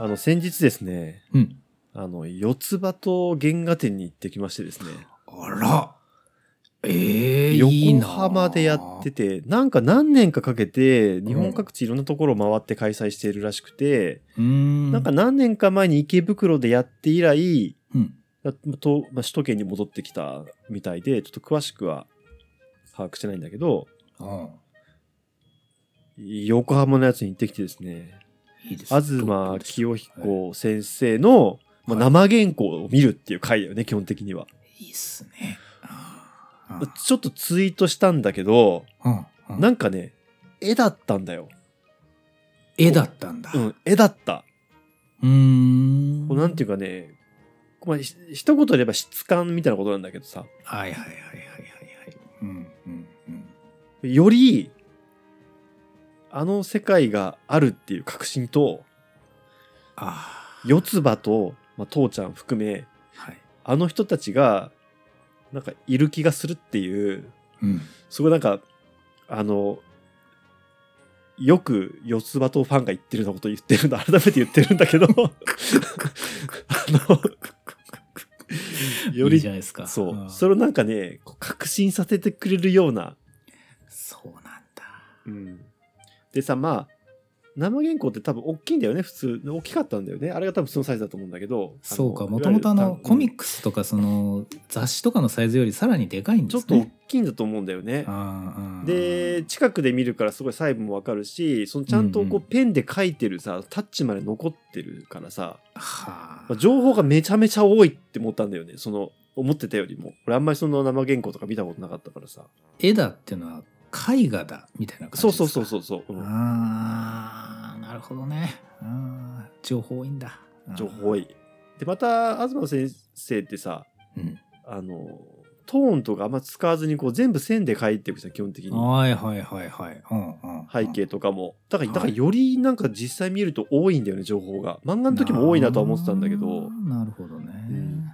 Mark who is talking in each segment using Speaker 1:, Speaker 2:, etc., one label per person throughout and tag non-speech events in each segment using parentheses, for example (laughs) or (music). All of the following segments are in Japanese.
Speaker 1: あの、先日ですね、
Speaker 2: うん。
Speaker 1: あの、四つ葉と原画展に行ってきましてですね、
Speaker 2: あら。ええいい
Speaker 1: 横
Speaker 2: な。
Speaker 1: 浜でやってて、なんか何年かかけて、日本各地いろんなところを回って開催しているらしくて、
Speaker 2: うーん。
Speaker 1: なんか、何年か前に池袋でやって以来、
Speaker 2: うん。
Speaker 1: やっとまあ、首都圏に戻ってきたみたいで、ちょっと詳しくは把握してないんだけど、
Speaker 2: うん
Speaker 1: 横浜のやつに行ってきてですね、
Speaker 2: いいですね
Speaker 1: 東清彦先生の、まあ、生原稿を見るっていう回だよね、基本的には。
Speaker 2: いいっすね。あー
Speaker 1: ちょっとツイートしたんだけど、
Speaker 2: うん。うん
Speaker 1: なんかね、絵だったんだよ。
Speaker 2: 絵だったんだ。
Speaker 1: う、
Speaker 2: うん
Speaker 1: 絵だった。
Speaker 2: ーん。
Speaker 1: こうなんていうかね、まあ、ひ一言で言えば質感みたいなことなんだけどさ、
Speaker 2: はいはいはいはいはいはい。うんうんうん。
Speaker 1: より、あの世界があるっていう確信と、
Speaker 2: ああ。
Speaker 1: 四つ葉と、まあ、父ちゃん含め、
Speaker 2: はい。
Speaker 1: あの人たちが、なんかいる気がするっていう、
Speaker 2: うん。
Speaker 1: すごいなんか、あの、よく四つ葉とファンが言ってるようなこと言ってるんだ、改めて言ってるんだけど、
Speaker 2: (laughs)
Speaker 1: あの、よ
Speaker 2: いい
Speaker 1: り
Speaker 2: じゃ、ないですか。
Speaker 1: そ
Speaker 2: ん
Speaker 1: う、それをなんかね、こう確信させてくれるような、
Speaker 2: そうなんだ。
Speaker 1: でさ、まあ、生原稿って多分大きいんだよね、普通。大きかったんだよね。あれが多分そのサイズだと思うんだけど。
Speaker 2: そうか、もともとあの、コミックスとか、その、雑誌とかのサイズよりさらにでかいん
Speaker 1: クち
Speaker 2: で
Speaker 1: ょっ
Speaker 2: す
Speaker 1: と大
Speaker 2: ね。
Speaker 1: きいんだと思うんだよね。
Speaker 2: あーあー
Speaker 1: で近くで見るからすごい細部もわかるしそのちゃんと
Speaker 2: うん
Speaker 1: こ
Speaker 2: う
Speaker 1: うんペンで書いてるさタッチまで残ってるからさ
Speaker 2: は
Speaker 1: まあ
Speaker 2: あ。
Speaker 1: 情報がめちゃめちゃ多いって思ったんだよねその思ってたよりも俺あんまりその生原稿とか見たことなかったからさ
Speaker 2: 絵だっていうのは絵画だみたいな感じです
Speaker 1: そ
Speaker 2: か
Speaker 1: うそうそうそうそう、うん
Speaker 2: ああなるほどねあー情報多いんだ
Speaker 1: 情報多
Speaker 2: い、
Speaker 1: いでまた東先生ってさ
Speaker 2: うん
Speaker 1: あのトーンとかあんま使わずにこう全部線で書いていくじゃん基本的に
Speaker 2: はいはいはいはい、うんうんうん、
Speaker 1: 背景とかもだからだか
Speaker 2: は
Speaker 1: ら
Speaker 2: い
Speaker 1: よりなんか実際見ると多いんだよね情報が漫画の時も多いなとは思ってたんだけど
Speaker 2: ななるほどね、
Speaker 1: ん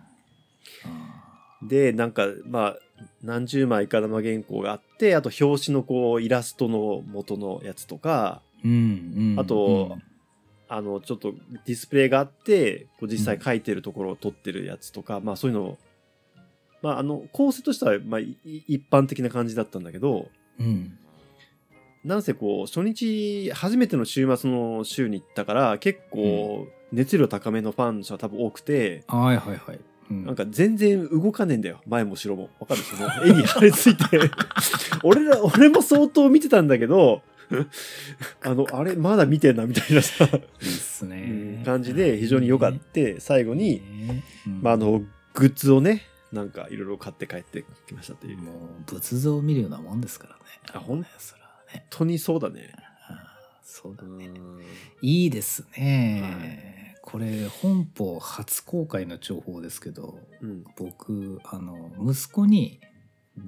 Speaker 2: あ
Speaker 1: でなんかまあ何十枚か生原稿があってあと表紙のこうイラストの元のやつとか
Speaker 2: ーうんうん
Speaker 1: あとあのちょっとディスプレイがあってこう実際
Speaker 2: うん
Speaker 1: 書いてるところを撮ってるやつとか、まあそういうのをまああの構成としてはまあいい一般的な感じだったんだけど
Speaker 2: うん、うん
Speaker 1: なんせこう初日初めての週末の週に行ったから結構熱量高めのファンの人は多分多くて。
Speaker 2: はいはいはい、うん
Speaker 1: なんか全然動かねえんだよ。前も後ろも。わかるその絵に貼り付いて。 (laughs) 俺ら、俺も相当見てたんだけど、あの、あれ、まだ見てんな、みたいなさ、
Speaker 2: いいっすね
Speaker 1: 感じで非常に良かっ
Speaker 2: ね
Speaker 1: た。最後に、
Speaker 2: ねうん
Speaker 1: まあ、あの、グッズをね、なんかいろいろ買って帰ってきましたっていう。
Speaker 2: も
Speaker 1: 本
Speaker 2: う仏像を見るようなもんですからね
Speaker 1: あほん
Speaker 2: ねそれはね
Speaker 1: 当にそうだね。
Speaker 2: あーそうだ
Speaker 1: う
Speaker 2: ね
Speaker 1: ん
Speaker 2: いいですね、これ本邦初公開の情報ですけど
Speaker 1: うん。
Speaker 2: 僕あの息子に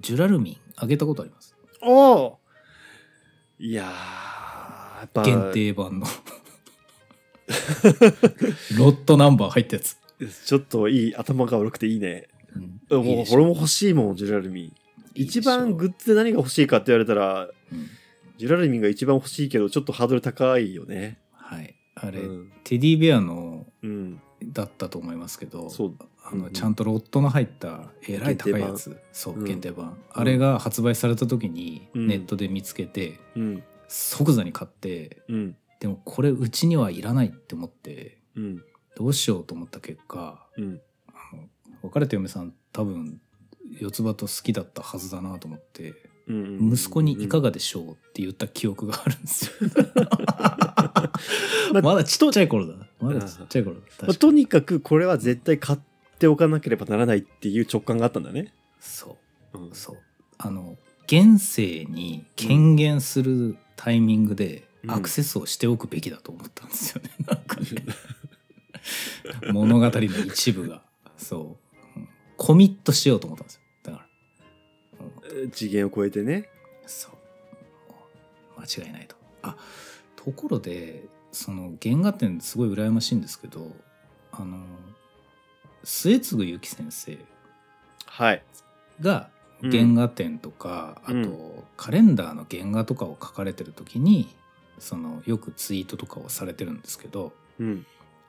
Speaker 2: ジュラルミンあげたことあります
Speaker 1: おーいやー、やっぱ、
Speaker 2: 限定版のロットナンバー入ったやつ、
Speaker 1: ちょっといい、頭が悪くていいね。
Speaker 2: うん
Speaker 1: もう、
Speaker 2: いいでしょ
Speaker 1: 俺も欲しいもん、ジュラルミン。
Speaker 2: いいでしょ
Speaker 1: 一番グッズで何が欲しいかって言われたら、
Speaker 2: うん
Speaker 1: ジュラルミンが一番欲しいけど、ちょっとハードル高いよね。
Speaker 2: はいあ
Speaker 1: う
Speaker 2: れ、
Speaker 1: ん。
Speaker 2: テディベアの
Speaker 1: うん、
Speaker 2: だったと思いますけど
Speaker 1: そう
Speaker 2: あの
Speaker 1: うん
Speaker 2: ちゃんとロットの入ったえらい高いやつそううん限定版、あれが発売された時に
Speaker 1: うん
Speaker 2: ネットで見つけて、
Speaker 1: うん、
Speaker 2: 即座に買って
Speaker 1: うん、
Speaker 2: でもこれうちにはいらないって思って
Speaker 1: うん、
Speaker 2: どうしようと思った結果
Speaker 1: うん。
Speaker 2: あの別れた嫁さん多分四つ葉と好きだったはずだなと思って
Speaker 1: うん
Speaker 2: 息子に「いか
Speaker 1: が、
Speaker 2: がでしょう?」って言った記憶があるんですよ。
Speaker 1: (laughs) ま
Speaker 2: (laughs) まだちっちゃい頃だまだちっちゃい頃だ
Speaker 1: まあ
Speaker 2: 確か
Speaker 1: とにかくこれは絶対買っておかなければならないっていう直感があったんだね。
Speaker 2: そう
Speaker 1: うん
Speaker 2: そうあの現世に権限するタイミングで
Speaker 1: うん
Speaker 2: アクセスをしておくべきだと思ったんですよね、 (laughs) なん
Speaker 1: (laughs)
Speaker 2: かね物語の一部がそう、うんコミットしようと思ったんですよだから、うん
Speaker 1: 次元を超えてね。
Speaker 2: そう間違いないとあところでその原画展すごい羨ましいんですけどあの末次由紀先生
Speaker 1: はい。
Speaker 2: が
Speaker 1: うん
Speaker 2: 原画展とか、
Speaker 1: うん
Speaker 2: あとカレンダーの原画とかを書かれてる時にそのよくツイートとかをされてるんですけど
Speaker 1: うん。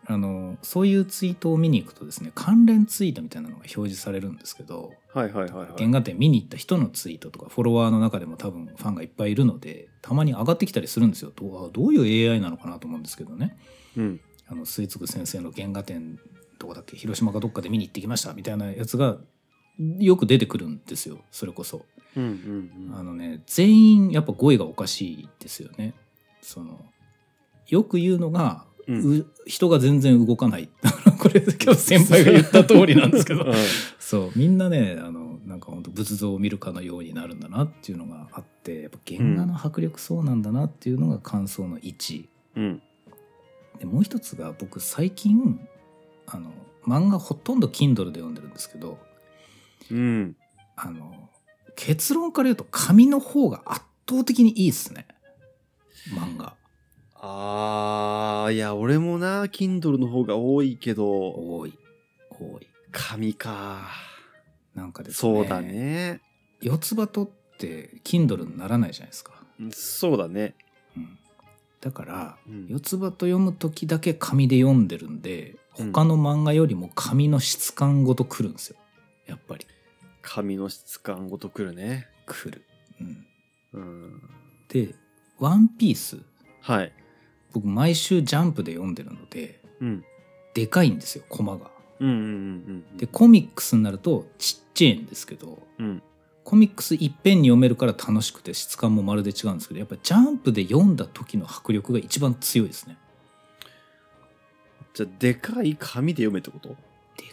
Speaker 2: あのそういうツイートを見に行くとですね関連ツイートみたいなのが表示されるんですけど
Speaker 1: はいはいはいはい
Speaker 2: 原画展見に行った人のツイートとかフォロワーの中でも多分ファンがいっぱいいるのでたまに上がってきたりするんですよどうあどういう AI なのかなと思うんですけどね
Speaker 1: うん
Speaker 2: あの末次先生の原画展どこだっけ広島かどっかで見に行ってきましたみたいなやつがよく出てくるんですよそれこそ
Speaker 1: うんうん
Speaker 2: あのね全員やっぱ語彙がおかしいですよねそのよく言うのが、
Speaker 1: うん
Speaker 2: う人が全然動かない (laughs) これ今日先輩が言った通りなんですけ
Speaker 1: う
Speaker 2: ど
Speaker 1: ん
Speaker 2: (laughs) そうみんなねあのなんか本当仏像を見るかのようになるんだなっていうのがあってやっぱ原画の迫力そうなんだなっていうのが感想の1、
Speaker 1: うん
Speaker 2: でもう一つが僕最近あの漫画ほとんど Kindle で読んでるんですけど
Speaker 1: うん
Speaker 2: あの結論から言うと紙の方が圧倒的にいいっすね漫画
Speaker 1: あーいや俺もな Kindle の方が多いけど
Speaker 2: 多い多い
Speaker 1: 紙か
Speaker 2: なんかですね
Speaker 1: そうだね
Speaker 2: 四つ葉取って Kindle にならないじゃないですか、
Speaker 1: うんそうだね
Speaker 2: うん、だから
Speaker 1: うん
Speaker 2: 四つ葉と読む時だけ紙で読んでるんで
Speaker 1: うん
Speaker 2: 他の漫画よりも紙の質感ごとくるんですよやっぱり
Speaker 1: 紙の質感ごとくるね
Speaker 2: くる、うん、
Speaker 1: うん
Speaker 2: で「ワンピース
Speaker 1: はい
Speaker 2: 僕毎週ジャンプで読んでるので
Speaker 1: うん
Speaker 2: でかいんですよコマが。
Speaker 1: うんうんうんうん
Speaker 2: でコミックスになるとちっちゃいんですけど
Speaker 1: うん
Speaker 2: コミックスいっぺんに読めるから楽しくて質感もまるで違うんですけどやっぱジャンプで読んだ時の迫力が一番強いですね。
Speaker 1: じゃあでかい紙で読めってこと
Speaker 2: で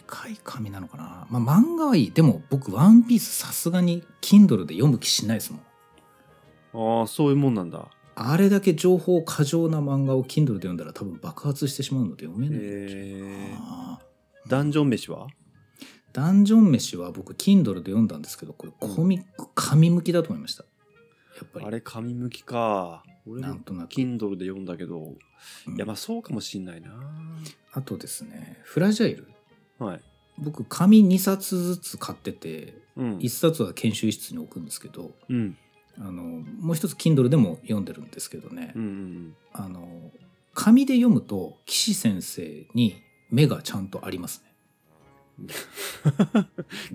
Speaker 2: かい紙なのかなまあ漫画はいいでも僕「ワンピースさすがに Kindle で読む気しないですもん。
Speaker 1: ああそういうもんなんだ
Speaker 2: あれだけ情報過剰な漫画を Kindle で読んだら多分爆発してしまうので読めないんじゃないかな。
Speaker 1: ダンジョン飯は
Speaker 2: ダンジョン飯は僕 Kindle で読んだんですけどこれコミック紙向きだと思いましたやっぱり
Speaker 1: あれ紙向きか俺
Speaker 2: な
Speaker 1: も
Speaker 2: んとなく、
Speaker 1: Kindle で読んだけど
Speaker 2: うん
Speaker 1: いやまあそうかもしんないな
Speaker 2: あとですねフラジャイル
Speaker 1: はい
Speaker 2: 僕紙2冊ずつ買ってて
Speaker 1: うん
Speaker 2: 1冊は研修室に置くんですけど
Speaker 1: うん
Speaker 2: あのもう一つ Kindle でも読んでるんですけどね、
Speaker 1: うんうん
Speaker 2: あの紙で読むと岸先生に目がちゃんとありますね
Speaker 1: (laughs) うん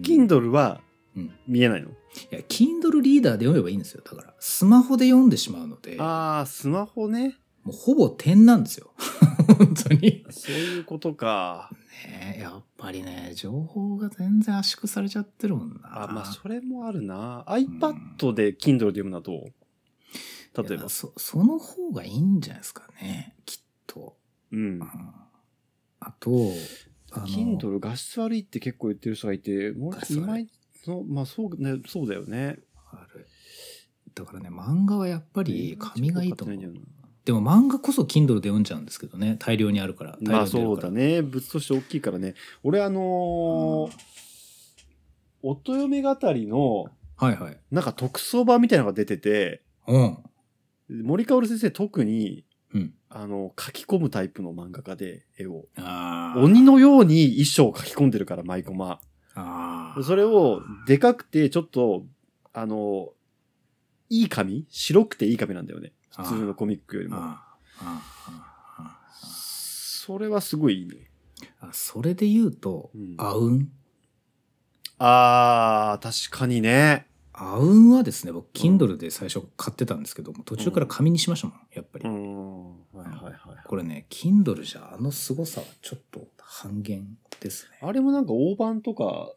Speaker 1: Kindle は
Speaker 2: うん
Speaker 1: 見えないの、
Speaker 2: いや Kindle リーダーで読めばいいんですよだからスマホで読んでしまうので
Speaker 1: ああスマホね
Speaker 2: もうほぼ点なんですよ。 (laughs) 本当に。
Speaker 1: そういうことか
Speaker 2: ねえやっぱりね、情報が全然圧縮されちゃってるもんな。
Speaker 1: あまあそれもあるな iPad で Kindle で読むのはどう例え
Speaker 2: い
Speaker 1: ば
Speaker 2: やそ。その方がいいんじゃないですかね、きっと。
Speaker 1: うん
Speaker 2: うんあと、あの
Speaker 1: Kindle 画質悪いって結構言ってる人がいてもう
Speaker 2: 画質悪い
Speaker 1: 今いのまあそう,、ね、そうだよね
Speaker 2: あれだからね、漫画はやっぱり紙がいいと思
Speaker 1: ちょっ
Speaker 2: う。
Speaker 1: 買ってないんだよな
Speaker 2: でも漫画こそ Kindle で読んじゃうんですけどね、大量にあるから。大量
Speaker 1: まあ
Speaker 2: に出るから
Speaker 1: そうだ。ね物として大きいからね俺あのー
Speaker 2: うん
Speaker 1: 音嫁語りの
Speaker 2: はいはい。
Speaker 1: なんか特装版みたいなのが出てて
Speaker 2: うん。
Speaker 1: 森かおる先生特に
Speaker 2: うん。
Speaker 1: あの書き込むタイプの漫画家で絵を
Speaker 2: あー
Speaker 1: 鬼のように衣装を書き込んでるから舞駒
Speaker 2: あー。
Speaker 1: それをでかくてちょっとあのいい紙白くていい紙なんだよね普通のコミックよりも
Speaker 2: あーあーあーあー
Speaker 1: それはすごいいいね
Speaker 2: あそれで言うと、
Speaker 1: うん
Speaker 2: あうん。
Speaker 1: あー確かにね
Speaker 2: あうんはですね、僕、Kindle で最初買ってたんですけど、もう途中から紙にしましたもん、やっぱり。
Speaker 1: うんはいはいはい
Speaker 2: これね、Kindle じゃあの凄さはちょっと半減ですね。
Speaker 1: あれもなんか大判とか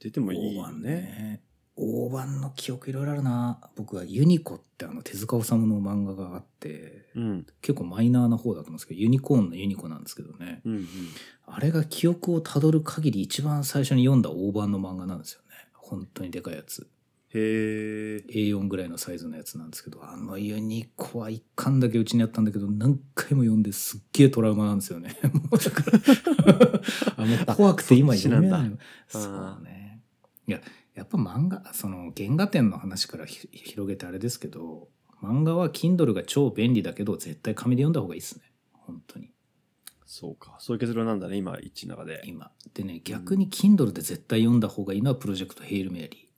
Speaker 1: 出てもいい
Speaker 2: 大
Speaker 1: よ
Speaker 2: 判
Speaker 1: ね。
Speaker 2: ね。大判の記憶いろいろあるな。僕はユニコってあの手塚治虫の漫画があって、
Speaker 1: うん。
Speaker 2: 結構マイナーな方だと思うんですけど、ユニコーンのユニコなんですけどね。
Speaker 1: うんうん。
Speaker 2: あれが記憶をたどる限り一番最初に読んだ大判の漫画なんですよね。本当にでかいやつ。
Speaker 1: へえ。
Speaker 2: A4 ぐらいのサイズのやつなんですけどあのユニコは一巻だけうちにあったんだけど何回も読んですっげえトラウマなんですよね (laughs) もうだからあもう怖くて今読めない
Speaker 1: そ
Speaker 2: そ
Speaker 1: ちなんだ
Speaker 2: うねいややっぱ漫画その原画展の話からひ広げてあれですけど漫画は Kindle が超便利だけど絶対紙で読んだ方がいいっすね本当に
Speaker 1: そうか。そういう結論なんだね、今、一致の中で。
Speaker 2: 今でね逆に Kindle で絶対読んだ方がいいのはプロジェクト「ヘイル・メアリー」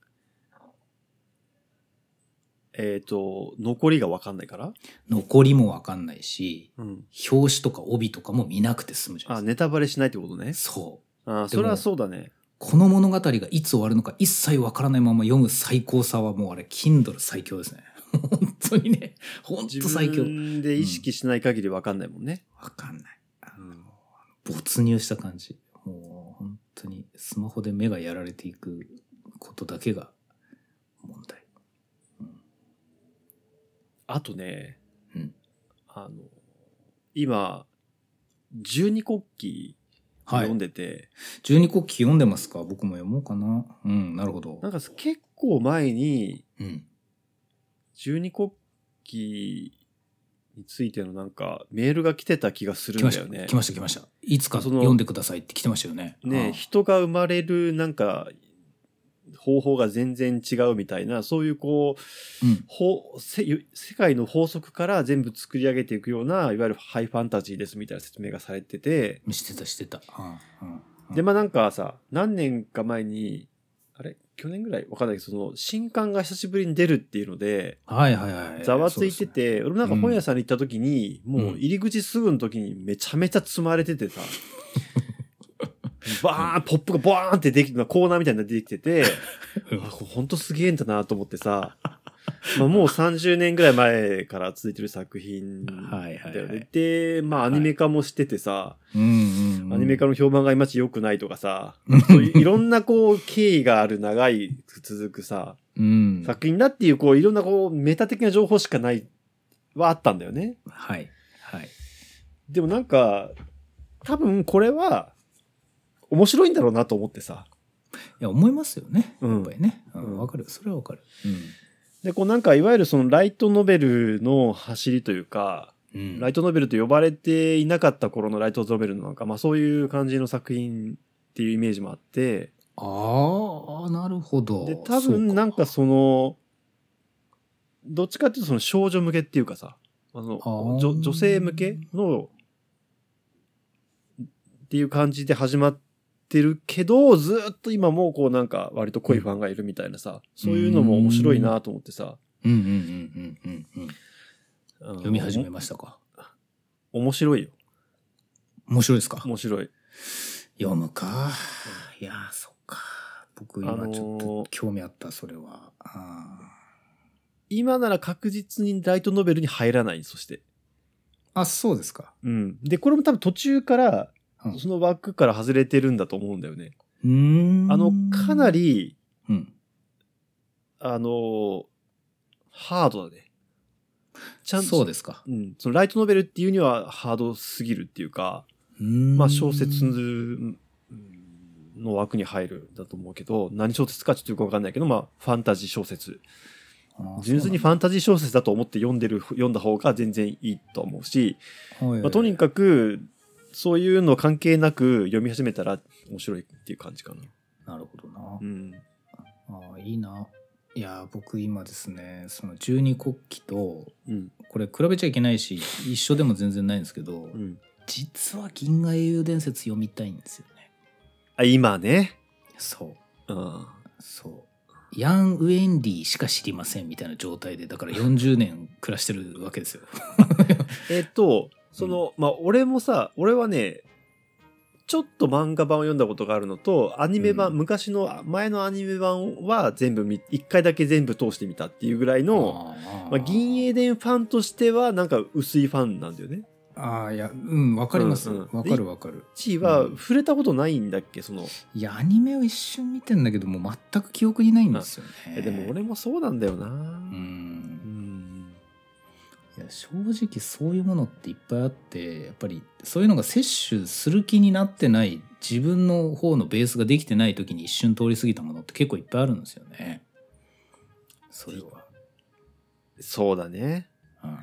Speaker 1: えっ、と、残りがわかんないから。
Speaker 2: 残りもわかんないし、
Speaker 1: うん。
Speaker 2: 表紙とか帯とかも見なくて済むじゃな
Speaker 1: あ、
Speaker 2: い
Speaker 1: ネタバレしないってことね
Speaker 2: で。すか。そ
Speaker 1: あ
Speaker 2: う。
Speaker 1: ー
Speaker 2: でも
Speaker 1: それはそうだね。
Speaker 2: この物語がいつ終わるのか一切わからないまま読む最高さはもうあれ、Kindle 最強ですね。 (laughs) 本当にね、本
Speaker 1: 自
Speaker 2: 当最強。
Speaker 1: 分で意識しない限りわかんないもんね。
Speaker 2: わかんない。あの、没入した感じ。もう本当にスマホで目がやられていくことだけが問題。
Speaker 1: あとね、
Speaker 2: うん
Speaker 1: あの、今、十二国旗
Speaker 2: は
Speaker 1: 読ん
Speaker 2: い。
Speaker 1: でて、
Speaker 2: 十二国旗読んでますか僕も読もうかな。うん、なるほど
Speaker 1: な。んか結構前に
Speaker 2: うん。
Speaker 1: 十二国旗についてのなんかメールが来てた気がする
Speaker 2: 来
Speaker 1: ん
Speaker 2: ま
Speaker 1: だ
Speaker 2: し
Speaker 1: よ
Speaker 2: た、
Speaker 1: ね
Speaker 2: 来。ました、来ました。いつか
Speaker 1: その
Speaker 2: 読んでくださいって来てましたよね。
Speaker 1: ね、人が生まれるなんか方法が全然違うみたいな、そういうこう、
Speaker 2: うん。うん
Speaker 1: ほせ世界の法則から全部作り上げていくようないわゆるハイファンタジーですみたいな説明がされてて、
Speaker 2: してた、してた。うんうんうん
Speaker 1: でまあなんかさ何年か前にあれ去年ぐらいわかんないけどその新刊が久しぶりに出るっていうので
Speaker 2: はいはいはい。
Speaker 1: ざわついて
Speaker 2: そうで
Speaker 1: て、俺もなんか本屋さんに行った時に、
Speaker 2: ん
Speaker 1: もう入り口すぐの時にめちゃめちゃ積まれてて
Speaker 2: (laughs)
Speaker 1: さバーンポップがバーンってできてコーナーみたいなのが出てきて
Speaker 2: (laughs)
Speaker 1: て。
Speaker 2: すね。
Speaker 1: あこれほんとすげえんだなと思ってさ、まあ、もう30年ぐらい前から続いてる作品だよね。
Speaker 2: はいはいはい
Speaker 1: で、まあアニメ化もしててさ、
Speaker 2: うんうんうん
Speaker 1: アニメ化の評判がいまいち良くないとか
Speaker 2: (laughs)
Speaker 1: さ、
Speaker 2: うん
Speaker 1: そういういろんなこう経緯がある長い続くさ、
Speaker 2: うん。
Speaker 1: 作品だっていうこういろんなこうメタ的な情報しかないはあったんだよね。
Speaker 2: はい。はい。
Speaker 1: でもなんか、多分これは面白いんだろうなと思ってさ。
Speaker 2: いや、思いますよね。
Speaker 1: うん
Speaker 2: やっぱりね。う
Speaker 1: うん
Speaker 2: んわかる。それはわかる。
Speaker 1: で、こうなんかいわゆるそのライトノベルの走りというか、
Speaker 2: うん。うん
Speaker 1: ライトノベルと呼ばれていなかった頃のライトノベルのなんか、まあそういう感じの作品っていうイメージもあって、
Speaker 2: ああ、なるほど。
Speaker 1: で、多
Speaker 2: そう
Speaker 1: 分なんかその、どっちかっていうとその少女向けっていうかさ、あの、
Speaker 2: あー
Speaker 1: 女女性向けの、っていう感じで始まってるけど、ずーっと今もうこうなんか割と濃いファンがいるみたいなさ、そういうのも面白いなと思ってさ、
Speaker 2: うんうんうんうんうんうん。読
Speaker 1: 読
Speaker 2: み始めましたか。
Speaker 1: 面白いよ。
Speaker 2: 面白いですか
Speaker 1: 面白い。
Speaker 2: 読むか。いやー、そっか。僕
Speaker 1: あの
Speaker 2: 今
Speaker 1: ー
Speaker 2: ちょっと興味あった、それは。あ
Speaker 1: 今なら確実にライトノベルに入らない、そして。
Speaker 2: ーあ、そうですか。
Speaker 1: うん。で、これも多分途中から
Speaker 2: うん、
Speaker 1: その枠から外れてるんだと思うんだよね。
Speaker 2: うーん
Speaker 1: あの、かな。り、
Speaker 2: うん。
Speaker 1: あの、ハードだね。ちゃんと、
Speaker 2: そうですか。
Speaker 1: うん。そのライトノベルっていうにはハードすぎるっていうか、
Speaker 2: ま
Speaker 1: まあ小説の枠に入るんだと思うけど、何小説かちょっとよくわかんないけど、まあファンタジー小説。純粋にファンタジー小説だと思って読んでる、 (laughs) 読んだ方が全然いいと思うし、まあ、とに
Speaker 2: く
Speaker 1: かくそういうの関係なく読み始めたら面白いっていう感じかな。
Speaker 2: なるほどな
Speaker 1: う。ん。
Speaker 2: ああいいないや僕今ですねその十二国旗と
Speaker 1: うん。
Speaker 2: これ比べちゃいけないし一緒でも全然ないんですけど、
Speaker 1: うん、
Speaker 2: 実は「銀河英雄伝説」読みたいんですよね
Speaker 1: あ今ね。
Speaker 2: そう
Speaker 1: うん。
Speaker 2: そうヤン・ウェンリーしか知りませんみたいな状態でだから40年暮らしてるわけですよ
Speaker 1: えっと、その、まあ俺もさ、俺はね、ちょっと漫画版を読んだことがあるのと、アニメ版、
Speaker 2: うん
Speaker 1: 昔の前のアニメ版は全部見、一回だけ全部通してみたっていうぐらいの、
Speaker 2: あー
Speaker 1: まあ、銀英伝ファンとしてはなんか薄いファンなんだよね。
Speaker 2: あーいやうんわかります
Speaker 1: うん
Speaker 2: わ
Speaker 1: う、ん
Speaker 2: かるわかる
Speaker 1: チーは
Speaker 2: うん
Speaker 1: 触れたことないんだっけ、その。
Speaker 2: いやアニメを一瞬見てんだけどもう全く記憶にないんですよね
Speaker 1: えでも俺もそうなんだよな。
Speaker 2: うん
Speaker 1: うん。
Speaker 2: いや正直そういうものっていっぱいあってやっぱりそういうのが摂取する気になってない自分の方のベースができてない時に一瞬通り過ぎたものって結構いっぱいあるんですよね。それは。
Speaker 1: そうだね。
Speaker 2: うん、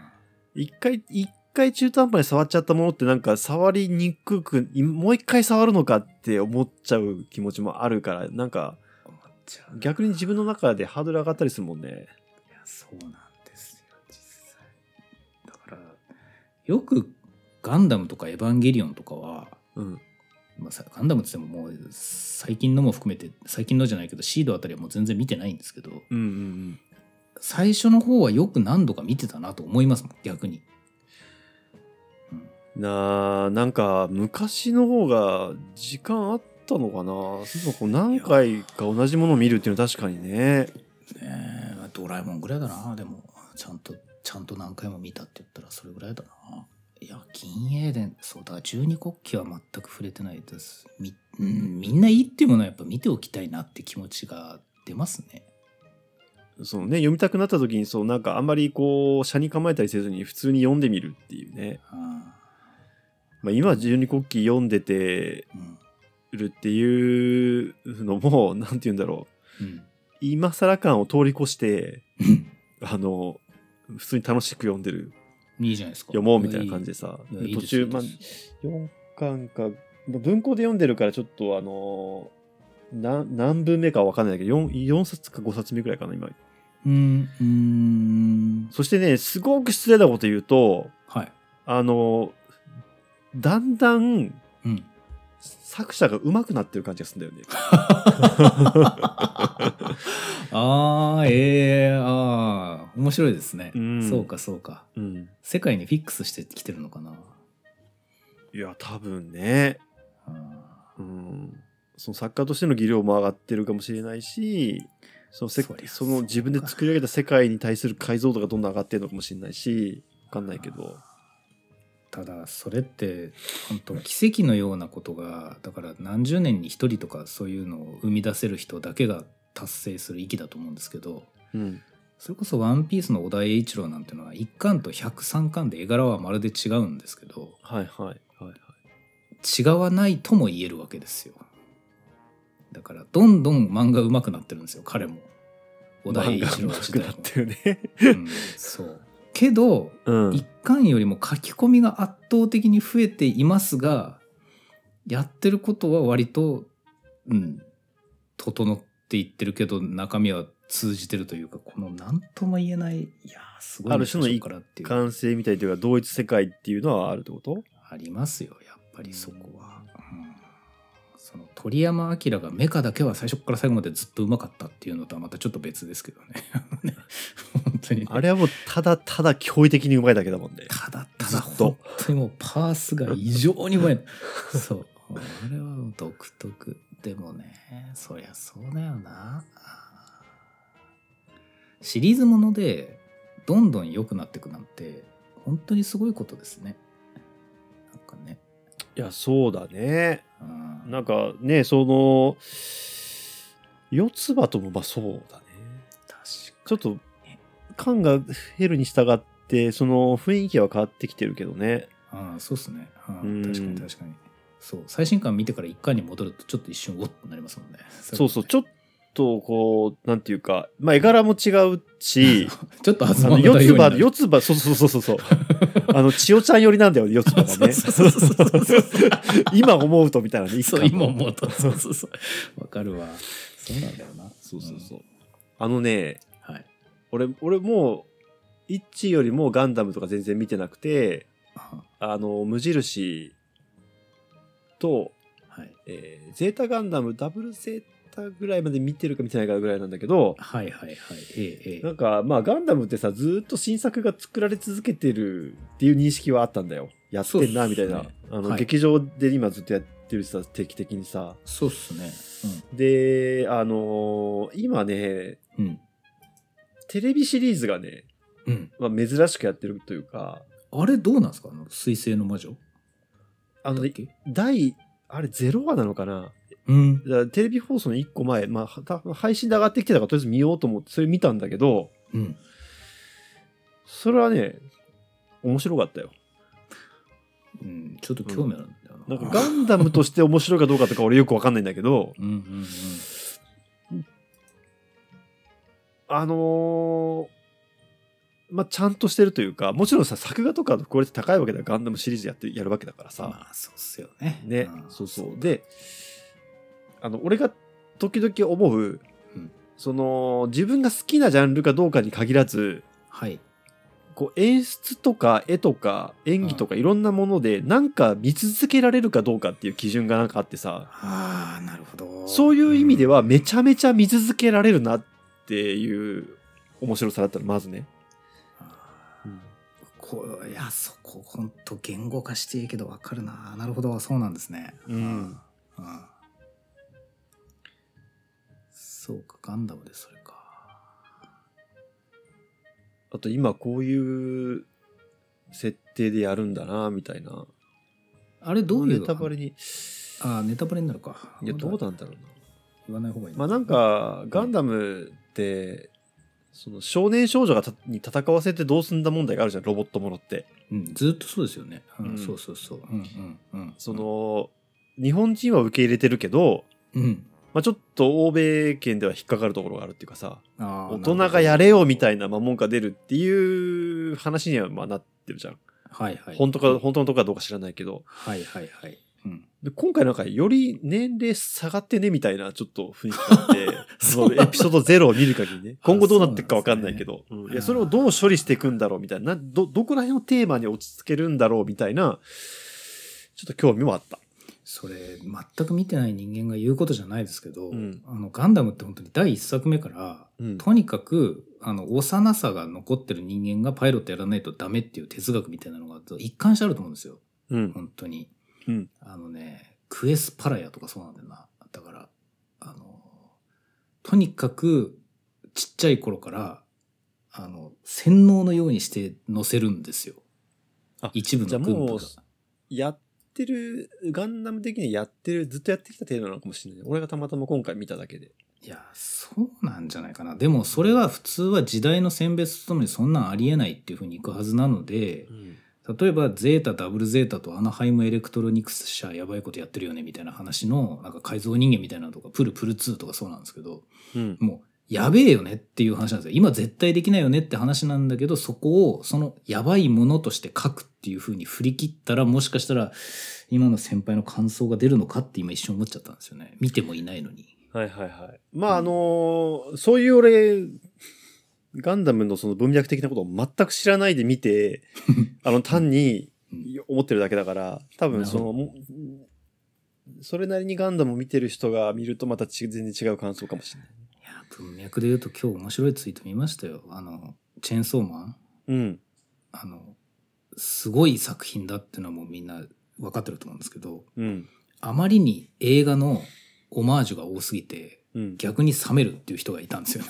Speaker 1: 一回、一回中途半端に触っちゃったものってなんか触りにくく、いもう一回触るのかって思っちゃう気持ちもあるから、なんか
Speaker 2: 思っちゃう
Speaker 1: 逆に自分の中でハードル上がったりするもんね。
Speaker 2: いやそうなんですよ実際。だからよくガンダムとかエヴァンゲリオンとかは
Speaker 1: うん。
Speaker 2: まあ、さガンダムって言ってももう最近のも含めて最近のじゃないけどシードあたりはもう全然見てないんですけど
Speaker 1: うんうん
Speaker 2: 最初の方はよく何度か見てたなと思いますもん逆に
Speaker 1: なあなんか昔の方が時間あったのかなそうそうこう何回か同じものを見るっていうのは確かにね
Speaker 2: えードラえもんぐらいだなでもちゃんとちゃんと何回も見たって言ったらそれぐらいだないや銀英伝そうだ十二国旗は全く触れてないですみ,、うん、みんないいっていうものはやっぱ見ておきたいなって気持ちが出ますね
Speaker 1: そのね読みたくなった時にそうなんかあんまりこう車に構えたりせずに普通に読んでみるっていうね、
Speaker 2: あ
Speaker 1: まあ、今十二国旗読んでて
Speaker 2: ーうん
Speaker 1: るっていうのもなんて言うんだろ
Speaker 2: うん
Speaker 1: う今更感を通り越して
Speaker 2: うん
Speaker 1: あの普通に楽しく読んでる
Speaker 2: いいじゃないですか
Speaker 1: 読もうみたいな感じでさ
Speaker 2: いやいいいい
Speaker 1: 途
Speaker 2: ですい
Speaker 1: 中
Speaker 2: い
Speaker 1: まあ
Speaker 2: です
Speaker 1: 4巻かまあ文庫で読んでるからちょっとあのな何分目か分かんないけど 4, 4冊か5冊目くらいかな今
Speaker 2: うんうーん
Speaker 1: そしてねすごく失礼なこと言うと
Speaker 2: はい
Speaker 1: あのだんだん
Speaker 2: うん
Speaker 1: 作者が上手くなってる感じがするんだよね。
Speaker 2: あーえー、あー面白いですね、
Speaker 1: うん
Speaker 2: そうかそうか
Speaker 1: うん、
Speaker 2: 世界にフィックスしてきてるのかない
Speaker 1: や多分ね、
Speaker 2: あ
Speaker 1: うん、その作家としての技量も上がってるかもしれないしそのせ
Speaker 2: そりゃ
Speaker 1: その自分で作り上げた世界に対する解像度がどんどん上がってるのかもしれないし分かんないけど。
Speaker 2: ーただそれって本当奇跡のようなことがだから何十年に一人とかそういうのを生み出せる人だけが達成する域だと思うんですけど
Speaker 1: うん
Speaker 2: それこそ「ワンピースの小田栄一郎なんてのは1巻と103巻で絵柄はまるで違うんですけど
Speaker 1: はいはいはいはい。
Speaker 2: 違わないとも言えるわけですよだからどんどん漫画上手くなってるんですよ彼も小田栄一郎自体も、
Speaker 1: よね。
Speaker 2: うん、そうけど
Speaker 1: (laughs) うん。
Speaker 2: 一巻よりも書き込みが圧倒的に増えていますがやってることは割とうん整っていってるけど中身は通じてるというかこの何とも言えないいやーすごい
Speaker 1: ある種の一
Speaker 2: からっていう
Speaker 1: 完成みたいというか同一世界っていうのはあるってこと
Speaker 2: ありますよやっぱりそこは、うんその鳥山明がメカだけは最初から最後までずっとうまかったっていうのとはまたちょっと別ですけどね (laughs) 本当にね、
Speaker 1: あれはもうただただ驚異的にうまいだけだもんね。
Speaker 2: ただた
Speaker 1: ず
Speaker 2: だ
Speaker 1: っと
Speaker 2: 本当にもうパースが異常にうまい (laughs) そうあれは独特でもねそりゃそうだよなシリーズものでどんどん良くなっていくなんて本当にすごいことですねなんかね
Speaker 1: いや、そうだね。
Speaker 2: うん
Speaker 1: なんかね、その、四つ葉ともまあそうだね。
Speaker 2: 確
Speaker 1: ちょっと、感が減るに従って、その雰囲気は変わってきてるけどね。
Speaker 2: ああそうっすね、ああ
Speaker 1: うん
Speaker 2: 確かに確かにそう最新刊見てから一巻に戻るとちょっと一瞬おっとなりますもんね
Speaker 1: そうそう、ち
Speaker 2: ょ
Speaker 1: ょっとこう、なんていうか、まあ絵柄も違う
Speaker 2: (laughs)
Speaker 1: し、
Speaker 2: ちょっと
Speaker 1: あ
Speaker 2: 集ま
Speaker 1: の
Speaker 2: ったよ
Speaker 1: 四
Speaker 2: う
Speaker 1: つ
Speaker 2: にな
Speaker 1: 葉、
Speaker 2: る
Speaker 1: 四つ葉、そうそうそうそう
Speaker 2: (laughs)
Speaker 1: そう。あの、千代ちゃん寄りなんだよね、四つ葉がね。
Speaker 2: そうそうそうそうそう
Speaker 1: 今思うとみたいなね、一
Speaker 2: そう
Speaker 1: 巻の
Speaker 2: 今思うとそうそうそうわかるわそうなんだよな
Speaker 1: そうそうそうう。あのね、
Speaker 2: んはい
Speaker 1: 俺、俺もう、イッチよりもガンダムとか全然見てなくて、
Speaker 2: あ
Speaker 1: あの、無印と、
Speaker 2: はい
Speaker 1: えーゼータガンダム、ダブルゼータぐらいまで見てるか見てないかぐらいなんだけど、
Speaker 2: はいはいはいええええ
Speaker 1: なんか、まあ、ガンダムってさ、ずーっと新作が作られ続けてるっていう認識はあったんだよ。やってんな、
Speaker 2: そうっ
Speaker 1: み
Speaker 2: す
Speaker 1: た
Speaker 2: ね
Speaker 1: いな。あの、
Speaker 2: はい
Speaker 1: 劇場で今ずっとやってるしさ、定期的にさ。
Speaker 2: そうっすね
Speaker 1: で、あのー今ね、
Speaker 2: うんうん
Speaker 1: テレビシリーズがね、
Speaker 2: うん
Speaker 1: まあ、珍しくやってるというか、
Speaker 2: あれどうなんですかあの彗星の魔女
Speaker 1: あ
Speaker 2: だ
Speaker 1: の
Speaker 2: っ
Speaker 1: ね、
Speaker 2: け
Speaker 1: 第、あれ、0話なのかな
Speaker 2: う
Speaker 1: だ
Speaker 2: ん
Speaker 1: からテレビ放送の1個前、まあた、配信で上がってきてたから、とりあえず見ようと思って、それ見たんだけど、
Speaker 2: うん
Speaker 1: それはね、面白かったよ。
Speaker 2: うんちょっと興味あるんだよ
Speaker 1: な
Speaker 2: なん
Speaker 1: か、ガンダムとして面白いかどうかとか、俺よくわかんないんだけど、 (laughs)
Speaker 2: うんうんうん
Speaker 1: あのーまあ、ちゃんとしてるというか、もちろんさ、作画とかのクオリティ高いわけだよガンダムシリーズやって、やるわけだからさ。
Speaker 2: まあそうっすよね
Speaker 1: ね
Speaker 2: ん、
Speaker 1: そうそう。で、あの、俺が時々思う、
Speaker 2: うん
Speaker 1: その、自分が好きなジャンルかどうかに限らず、
Speaker 2: はい
Speaker 1: こう演出とか絵とか演技とかいろんなものでなんか見続けられるかどうかっていう基準がなんかあってさ
Speaker 2: ああなるほど
Speaker 1: そういう意味で
Speaker 2: は
Speaker 1: はめちゃめちゃ見続けられるなっていう面白さだったのまずね、うん
Speaker 2: こういやそこほんと言語化していいけどわかるななるほどそうなんですね
Speaker 1: うん
Speaker 2: うんそうかガンダムでそれか
Speaker 1: あと今こういう設定でやるんだなみたいな
Speaker 2: あれどういう
Speaker 1: ネタバレに
Speaker 2: あネタバレになるか
Speaker 1: いやどう
Speaker 2: だ
Speaker 1: なんだろうな
Speaker 2: 言わない方がいい
Speaker 1: まあなんかガンダムってその少年少女がたに戦わせてどうすんだ問題があるじゃんロボットものって
Speaker 2: うん、ずっとそうですよね、うん
Speaker 1: うん
Speaker 2: そうそうそううんうんうん
Speaker 1: その日本人は受け入れてるけど、
Speaker 2: うん
Speaker 1: まあ、ちょっと欧米圏では引っかかるところがあるっていうかさ
Speaker 2: あー
Speaker 1: 大人がやれよみた
Speaker 2: ない
Speaker 1: な魔文が出るっていう話にはまあなってるじゃん
Speaker 2: るほどはいはい
Speaker 1: 本当か本当のとこかどうか知らないけど
Speaker 2: はいはいはい、うん、
Speaker 1: で今回なんかより年齢下がってねみたいなちょっと雰囲気があって
Speaker 2: (laughs)
Speaker 1: そのエピソード0を見る限りね今後どうなっていくか分かんないけどうんいやそれをどう処理していくんだろうみたいななどどこら辺をテーマに落ち着けるんだろうみたいなちょっと興味もあった
Speaker 2: それ全く見てない人間が言うことじゃないですけど、
Speaker 1: うん
Speaker 2: あのガンダムって本当に第一作目から
Speaker 1: うん
Speaker 2: とにかくあの幼さが残ってる人間がパイロットやらないとダメっていう哲学みたいなのが一貫してあると思うんですよ
Speaker 1: うん
Speaker 2: 本当に、
Speaker 1: うん
Speaker 2: あのねクエスパラヤとかそうなんだよなだからあのとにかくちっちゃい頃からあの洗脳のようにして乗せるんですよ
Speaker 1: あ
Speaker 2: 一部
Speaker 1: じゃ
Speaker 2: の
Speaker 1: あ
Speaker 2: 軍部
Speaker 1: もう
Speaker 2: が
Speaker 1: やってるガンダム的にやってるずっとやってきた程度なのかもしれない俺がたまたま今回見ただけで
Speaker 2: いやそうなんじゃないかなでもそれは普通は時代の選別とともにそんなんありえないっていうふうにいくはずなので例えばゼータダブルゼータとアナハイムエレクトロニクス社やばいことやってるよねみたいな話のなんか改造人間みたいなのとかプルプル2とかそうなんですけど
Speaker 1: うん
Speaker 2: もうやべえよねっていう話なんですよ今絶対できないよねって話なんだけどそこをそのやばいものとして書くっていうふうに振り切ったらもしかしたら今の先輩の感想が出るのかって今一瞬思っちゃったんですよね見てもいないのに。
Speaker 1: はいはいはいまああのーそういう俺ガンダムのその文脈的なことを全く知らないで見 (laughs) てあの単に
Speaker 2: うん
Speaker 1: 思ってるだけだから多分その
Speaker 2: な
Speaker 1: もそれなりにガンダムを見てる人が見るとまたち全然違う感想かもしれない。
Speaker 2: いや文脈で言うと今日面白いツイート見ましたよあのチェーンソーマン
Speaker 1: うん
Speaker 2: あのすごい作品だっていうのはもうみんな分かってると思うんですけど
Speaker 1: うん
Speaker 2: あまりに映画のオマージュが多すぎて
Speaker 1: うん、
Speaker 2: 逆に冷めるっていう人がいたんですよね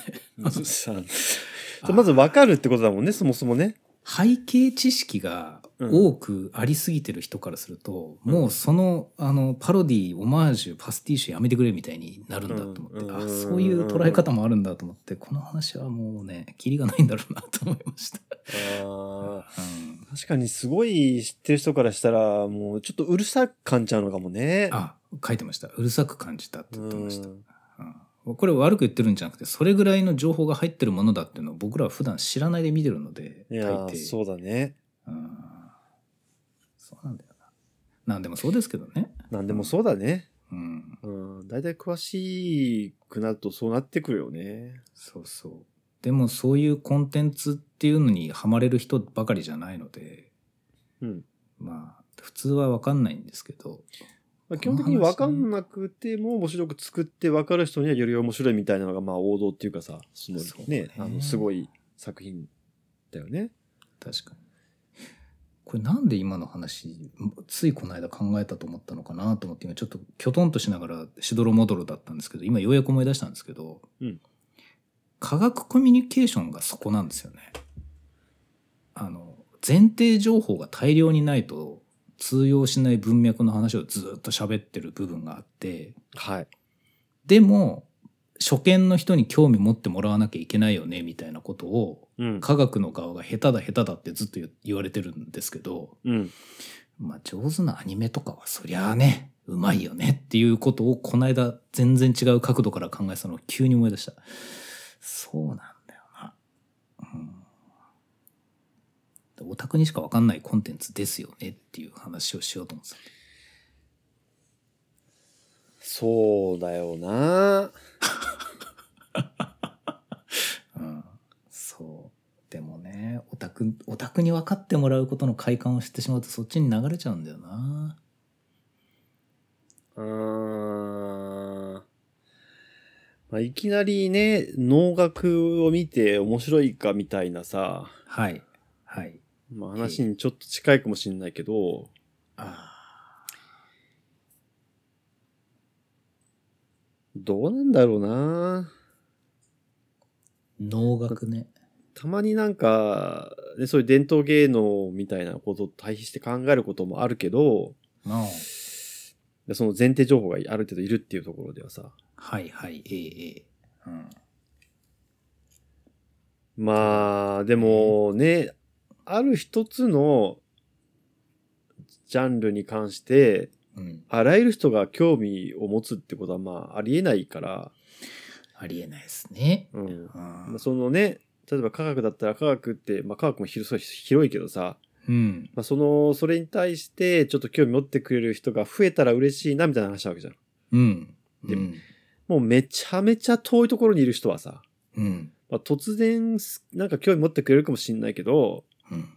Speaker 1: (laughs)
Speaker 2: (laughs)
Speaker 1: そうそうそうまず分かるってことだもんねそもそもね。
Speaker 2: 背景知識が多くありすぎてる人からすると、
Speaker 1: うん
Speaker 2: もうそのあのパロディオマージュパスティッシュやめてくれみたいになるんだと思って、
Speaker 1: うん
Speaker 2: あそういう捉え方もあるんだと思ってこの話はもうねキリがないんだろうなと思いました。
Speaker 1: あー
Speaker 2: うん
Speaker 1: 確かにすごい知ってる人からしたらもうちょっとうるさく感じちゃうのかもね。
Speaker 2: あ書いてましたうるさく感じたって
Speaker 1: う
Speaker 2: 言ってました、
Speaker 1: ん
Speaker 2: うんこれ悪く言ってるんじゃなくてそれぐらいの情報が入ってるものだっていうのを僕らは普段知らないで見てるので
Speaker 1: いやー
Speaker 2: 大抵
Speaker 1: そうだね。
Speaker 2: うんそうなんだよななんでもそうですけどね
Speaker 1: なんでもそうだね。
Speaker 2: うん
Speaker 1: うん、大体詳しくなるとそうなってくるよね。
Speaker 2: そうそうでもそういうコンテンツっていうのにハマれる人ばかりじゃないので
Speaker 1: うん。
Speaker 2: まあ普通は分かんないんですけど
Speaker 1: まあ、基
Speaker 2: この
Speaker 1: 本
Speaker 2: 話
Speaker 1: 的に分かんなくても面白く作って分かる人にはより面白いみたいなのがまあ王道っていうかさ、その
Speaker 2: そう
Speaker 1: ね
Speaker 2: ね、
Speaker 1: あのすごい作品だよね。
Speaker 2: 確かにこれなんで今の話ついこの間考えたと思ったのかなと思って今ちょっときょとんとしながらしどろもどろだったんですけど今ようやく思い出したんですけど、
Speaker 1: うん
Speaker 2: 科学コミュニケーションがそこなんですよね。あの前提情報が大量にないと通用しない文脈の話をずっと喋ってる部分があって
Speaker 1: はい。
Speaker 2: でも初見の人に興味持ってもらわなきゃいけないよねみたいなことを
Speaker 1: うん。
Speaker 2: 科学の側が下手だ下手だってずっと言言われてるんですけど、
Speaker 1: うん。
Speaker 2: まあ上手なアニメとかはそりゃあね、うまいよねっていうことをこの間全然違う角度から考えてたのを急に思い出した。そうなんだよな。うん。オタクにしかわかんないコンテンツですよねっていう話をしようと思ってた。
Speaker 1: そうだよな。
Speaker 2: うん、そうでもねオタクオタクに分かってもらうことの快感を知ってしまうとそっちに流れちゃうんだよな
Speaker 1: うーんまあ、いきなりね、能楽を見て面白いかみたいなさ、
Speaker 2: はい。はい。
Speaker 1: まあ、話にちょっと近いかもしれないけど、
Speaker 2: あ
Speaker 1: どうなんだろうな
Speaker 2: ー能楽ね。
Speaker 1: たまになんか、ね、そういう伝統芸能みたいなことと対比して考えることもあるけど、
Speaker 2: なあ
Speaker 1: でその前提情報がある程度いるっていうところではさ、
Speaker 2: はいはい。ええええ。うん。
Speaker 1: まあ、でもね、ある一つのジャンルに関して、
Speaker 2: うん。
Speaker 1: あらゆる人が興味を持つってことはまあありえないから、
Speaker 2: ありえないですね。
Speaker 1: うん。
Speaker 2: あ
Speaker 1: まあ
Speaker 2: ー
Speaker 1: そのね、例えば科学だったら科学って、まあ科学も広そう広いけどさ、
Speaker 2: うん。
Speaker 1: まあその、それに対してちょっと興味持ってくれる人が増えたら嬉しいなみたいな話なわけじゃん。
Speaker 2: うん。う
Speaker 1: で
Speaker 2: ん。
Speaker 1: もうめちゃめちゃ遠いところにいる人はさ、
Speaker 2: うん。
Speaker 1: まあ、突然すなんか興味持ってくれるかもしんないけど、
Speaker 2: うん。
Speaker 1: ま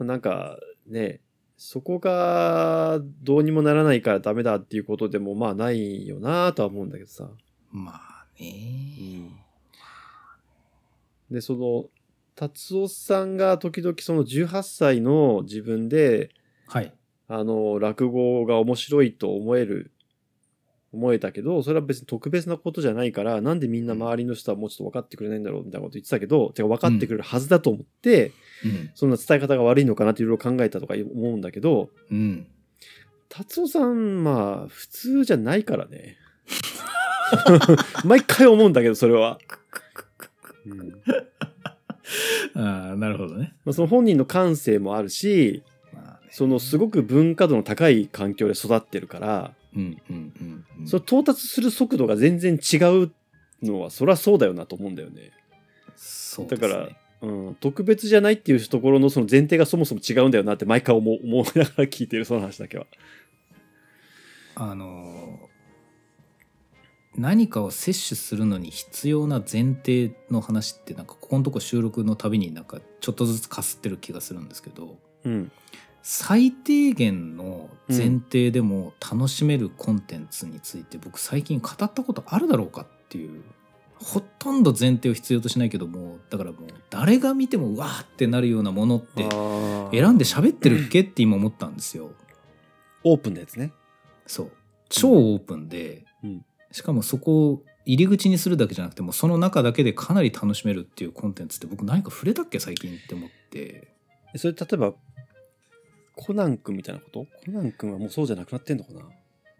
Speaker 1: あなんかね、そこがどうにもならないからダメだっていうことでもまあないよなとは思うんだけどさ。
Speaker 2: まあね。
Speaker 1: で、その、達夫さんが時々その18歳の自分で、
Speaker 2: はい。
Speaker 1: あの、落語が面白いと思える、思えたけど、それは別に特別なことじゃないから、なんでみんな周りの人はもうちょっと分かってくれないんだろうみたいなこと言ってたけど、てか分かってくれるはずだと思って、
Speaker 2: うん。
Speaker 1: そんな伝え方が悪いのかなっていろいろ考えたとか思うんだけど、
Speaker 2: うん。
Speaker 1: 達夫さん、まあ、普通じゃないからね。 (laughs) 毎回思うんだけど、それは。
Speaker 2: ああ、なるほどね。
Speaker 1: まあ、その本人の感性もあるし、
Speaker 2: まあね
Speaker 1: そのすごく文化度の高い環境で育ってるから、
Speaker 2: うんうんうんうん。
Speaker 1: その到達する速度が全然違うのは、そりゃそうだよなと思うんだよね。
Speaker 2: そう
Speaker 1: だからうん、特別じゃないっていうところのその前提がそもそも違うんだよなって毎回思う (laughs) 思いながら聞いてる、その話だけは。
Speaker 2: あのー何かを摂取するのに必要な前提の話ってなんかここのとこ収録のたびになんかちょっとずつかすってる気がするんですけど
Speaker 1: うん。
Speaker 2: 最低限の前提でも楽しめるコンテンツについて僕最近語ったことあるだろうかっていうほとんど前提を必要としないけどもだからもう誰が見てもうわーってなるようなものって選んで喋ってるっけって今思ったんですよ。
Speaker 1: オープンなやつね。
Speaker 2: そう超オープンで、
Speaker 1: うん
Speaker 2: しかもそこを入り口にするだけじゃなくてもうその中だけでかなり楽しめるっていうコンテンツって僕何か触れたっけ最近って思って
Speaker 1: それ例えばコナン君みたいなことコナン君はもうそうじゃなくなってんのかな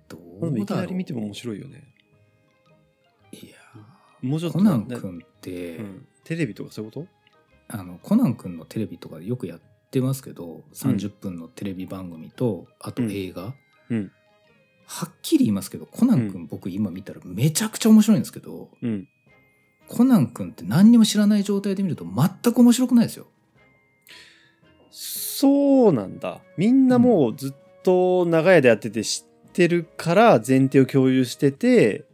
Speaker 2: ど
Speaker 1: まあでも
Speaker 2: う
Speaker 1: いき
Speaker 2: だろ
Speaker 1: な
Speaker 2: う
Speaker 1: り見ても面白いよね
Speaker 2: いや
Speaker 1: もうちょっと
Speaker 2: コナン君って、
Speaker 1: うんテレビとかそういうこと
Speaker 2: あのコナン君のテレビとかでよくやってますけど30分のテレビ番組と、あと映画、
Speaker 1: うん
Speaker 2: はっきり言いますけどコナン君、僕今見たらめちゃくちゃ面白いんですけど
Speaker 1: うん
Speaker 2: コナン君って何にも知らない状態で見ると全く面白くないですよ。
Speaker 1: そうなんだみんなもうずっと長い間やってて知ってるから前提を共有してて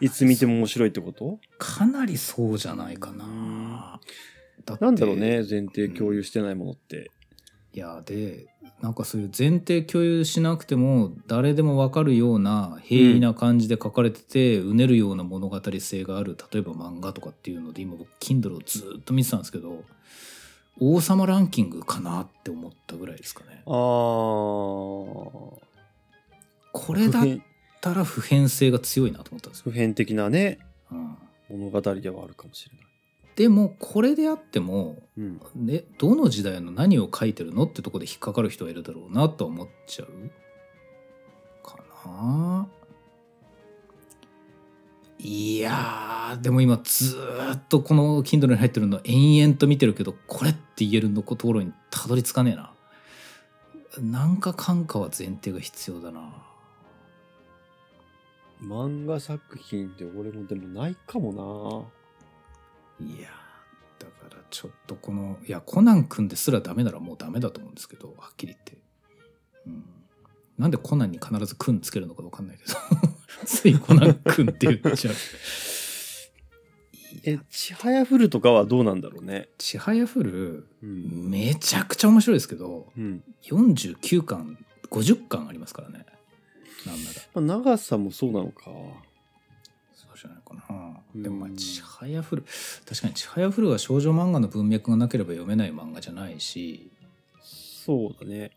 Speaker 1: いつ見ても面白いってこと
Speaker 2: かなりそうじゃないかな。だって
Speaker 1: なんだろうね前提共有してないものって、
Speaker 2: いやでなんかそういう前提共有しなくても誰でも分かるような平易な感じで書かれてて、うねるような物語性がある例えば漫画とかっていうので今僕 Kindle をずーっと見てたんですけど王様ランキングかなって思ったぐらいですかね。
Speaker 1: あー
Speaker 2: これだっ
Speaker 1: 普遍
Speaker 2: たら普遍性が強いなと思ったんですよ。
Speaker 1: 普遍的なね
Speaker 2: うん、
Speaker 1: 物語ではあるかもしれない、
Speaker 2: でもこれであっても
Speaker 1: うん、
Speaker 2: ね、どの時代の何を書いてるのってとこで引っかかる人はいるだろうなとは思っちゃうかないやーでも今ずーっとこの Kindle に入ってるの延々と見てるけどこれって言えるのところにたどり着かねえななんか感化は前提が必要だな
Speaker 1: 漫画作品って俺もでもないかも
Speaker 2: いやーだからちょっとこのいやコナン君ですらダメならもうダメだと思うんですけどはっきり言って、うん、なんでコナンに必ず「君」つけるのか分かんないけど (laughs) ついコナン君って言っちゃう
Speaker 1: なえちはやふるとかはどうなんだろうね
Speaker 2: ちはやふる
Speaker 1: うん、
Speaker 2: めちゃくちゃ面白いですけど
Speaker 1: うん
Speaker 2: 49巻50巻ありますからねなんなら
Speaker 1: まあ、長さもそうなのか
Speaker 2: そからじゃないかな。
Speaker 1: うん
Speaker 2: でもまあ、ちはやふる、確かにちはやふるは少女漫画の文脈がなければ読めない漫画じゃないし、
Speaker 1: そうだね。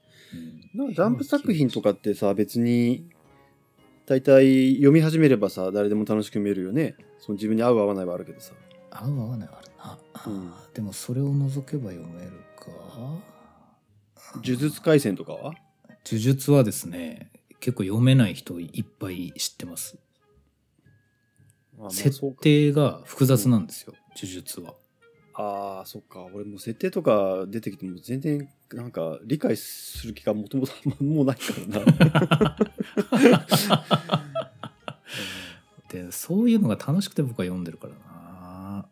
Speaker 2: うん
Speaker 1: なんかジャンプ作品とかってさ、別に、大体読み始めればさ、誰でも楽しく見えるよね。その自分に合う合わないはあるけどさ。
Speaker 2: 合う合わないはあるな。あー
Speaker 1: うん
Speaker 2: でもそれを除けば読めるか。
Speaker 1: 呪術廻戦とかは
Speaker 2: 呪術はですね、結構読めない人いっぱい知ってます。設定が複雑なんですよ、呪術は。
Speaker 1: ああ、そっか。俺もう設定とか出てきても全然、なんか理解する気がもともと (laughs) あんまもうないからな。
Speaker 2: でそういうのが楽しくて僕は読んでるからな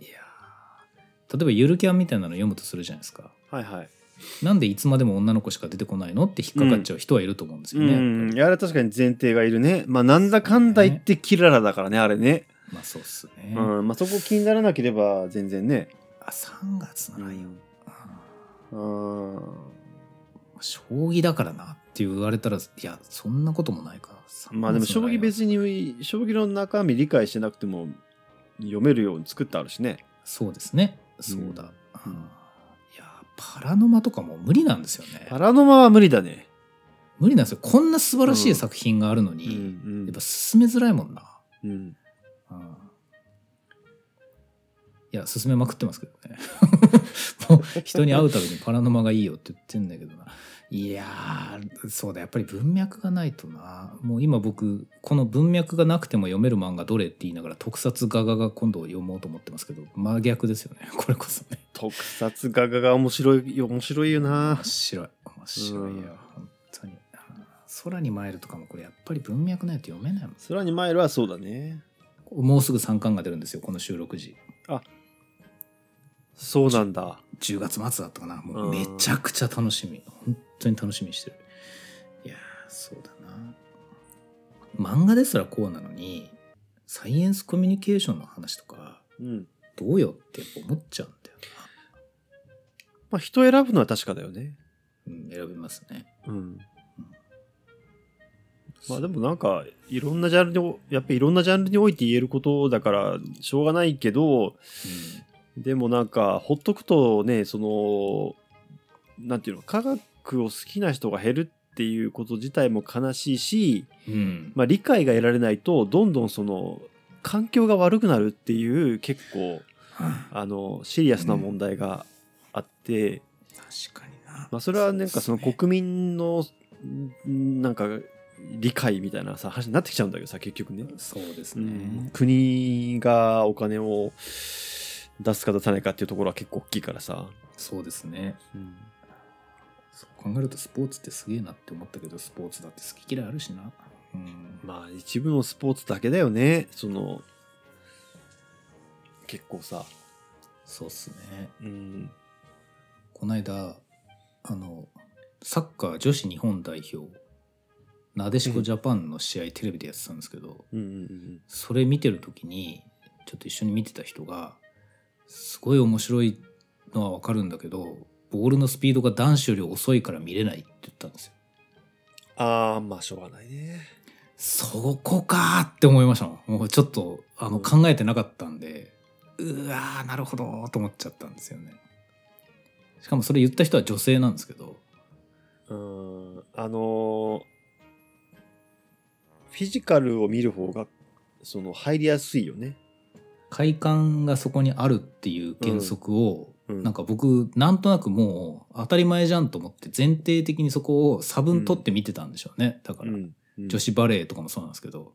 Speaker 2: いやー例えばゆるキャンみたいなの読むとするじゃないですか
Speaker 1: (laughs) はいはい。
Speaker 2: なんでいつまでも女の子しか出てこないのって引っかかっちゃう人はいると思うんですよね、
Speaker 1: うん。いや、あれは確かに前提がいるね。まあ、なんだかんだ言ってキララだからね、あれね。
Speaker 2: まあそうっすね、
Speaker 1: うん。まあ、そこ気にならなければ全然ね。
Speaker 2: あ3月な
Speaker 1: う
Speaker 2: らよ、
Speaker 1: ん。
Speaker 2: あ
Speaker 1: うん
Speaker 2: ー将棋だからなって言われたらいやそんなこともないか
Speaker 1: まあでも将棋
Speaker 2: 別
Speaker 1: 別に将棋の中身理解してなくても読めるように作ってあるしね。
Speaker 2: そうですねそうだ、
Speaker 1: う
Speaker 2: うんんいやーパラノマとかも無理なんですよね
Speaker 1: パラノマは無理だね。
Speaker 2: 無理なんですよこんな素晴らしい作品があるのに、
Speaker 1: ん
Speaker 2: やっぱ進めづらいもんな。
Speaker 1: うん、
Speaker 2: うんいや、進めまくってますけどね。もう人に会うたびにパラノマがいいよって言ってんだけどな。いやー、そうだ、やっぱり文脈がないとな。もう今僕、この文脈がなくても読める漫画どれって言いながら特撮画画が今度読もうと思ってますけど、真逆ですよね。 (laughs) これこそね。
Speaker 1: 特撮画家が面白いよ面白いよな
Speaker 2: 面。白い。面白いよ。
Speaker 1: うん
Speaker 2: 本当に。あー空にマイルとかもこれやっぱり文脈ないと読めないもん。
Speaker 1: 空にマイルはそうだね。
Speaker 2: もうすぐ3巻が出るんですよ、この収録時。
Speaker 1: そうなんだ。
Speaker 2: 10月末だったかなもううんめちゃくちゃ楽しみ本当に楽しみにしてるいやーそうだな漫画ですらこうなのにサイエンスコミュニケーションの話とか
Speaker 1: うん。
Speaker 2: どうよってやっぱ思っちゃうんだよ
Speaker 1: まあ人選ぶのは確かだよね。
Speaker 2: な、うん、選びますね
Speaker 1: うん。まあでもなんかいろんなジャンルにやっぱりいろんなジャンルにおいて言えることだからしょうがないけど、でもなんかほっとくとねそのなんていうの科学を好きな人が減るっていうこと自体も悲しいし、
Speaker 2: うん、うん
Speaker 1: まあ、理解が得られないとどんどんその環境が悪くなるっていう結構あのシリアスな問題があって、
Speaker 2: 確かにな、
Speaker 1: まあ、それはなんかその
Speaker 2: うですね
Speaker 1: 国民のんなんか理解みたいなさ話になってきちゃうんだけどさ結局ね。
Speaker 2: そうです
Speaker 1: う
Speaker 2: ね、
Speaker 1: ん国がお金を出すか出さないかっていうところは結構大きいからさ。
Speaker 2: そうですね
Speaker 1: うん
Speaker 2: そう考えるとスポーツってすげえなって思ったけどスポーツだって好き嫌いあるしなうん
Speaker 1: まあ一部のスポーツだけだよねその結構さ
Speaker 2: そうっすね
Speaker 1: うん
Speaker 2: この間あのサッカー女子日本代表なでしこジャパンの試合テレビでやってたんですけど、
Speaker 1: うんうん
Speaker 2: それ見てる時にちょっと一緒に見てた人がすごい面白いのはわかるんだけどボールのスピードが男子より遅いから見れないって言ったんですよ。
Speaker 1: ああまあしょうがないね
Speaker 2: そこかーって思いましたもんもうちょっとあの
Speaker 1: うん
Speaker 2: 考えてなかったんで、うわーなるほどーと思っちゃったんですよね。しかもそれ言った人は女性なんですけど。
Speaker 1: うんあのーフィジカルを見る方がその入りやすいよね
Speaker 2: 快感がそこにあるっていう原則を、
Speaker 1: うん
Speaker 2: なんか僕なんとなくもう当たり前じゃんと思って前提的にそこを差分取って見てたんでしょうね、だから、
Speaker 1: うん
Speaker 2: 女、子バレーとかもそうなんですけど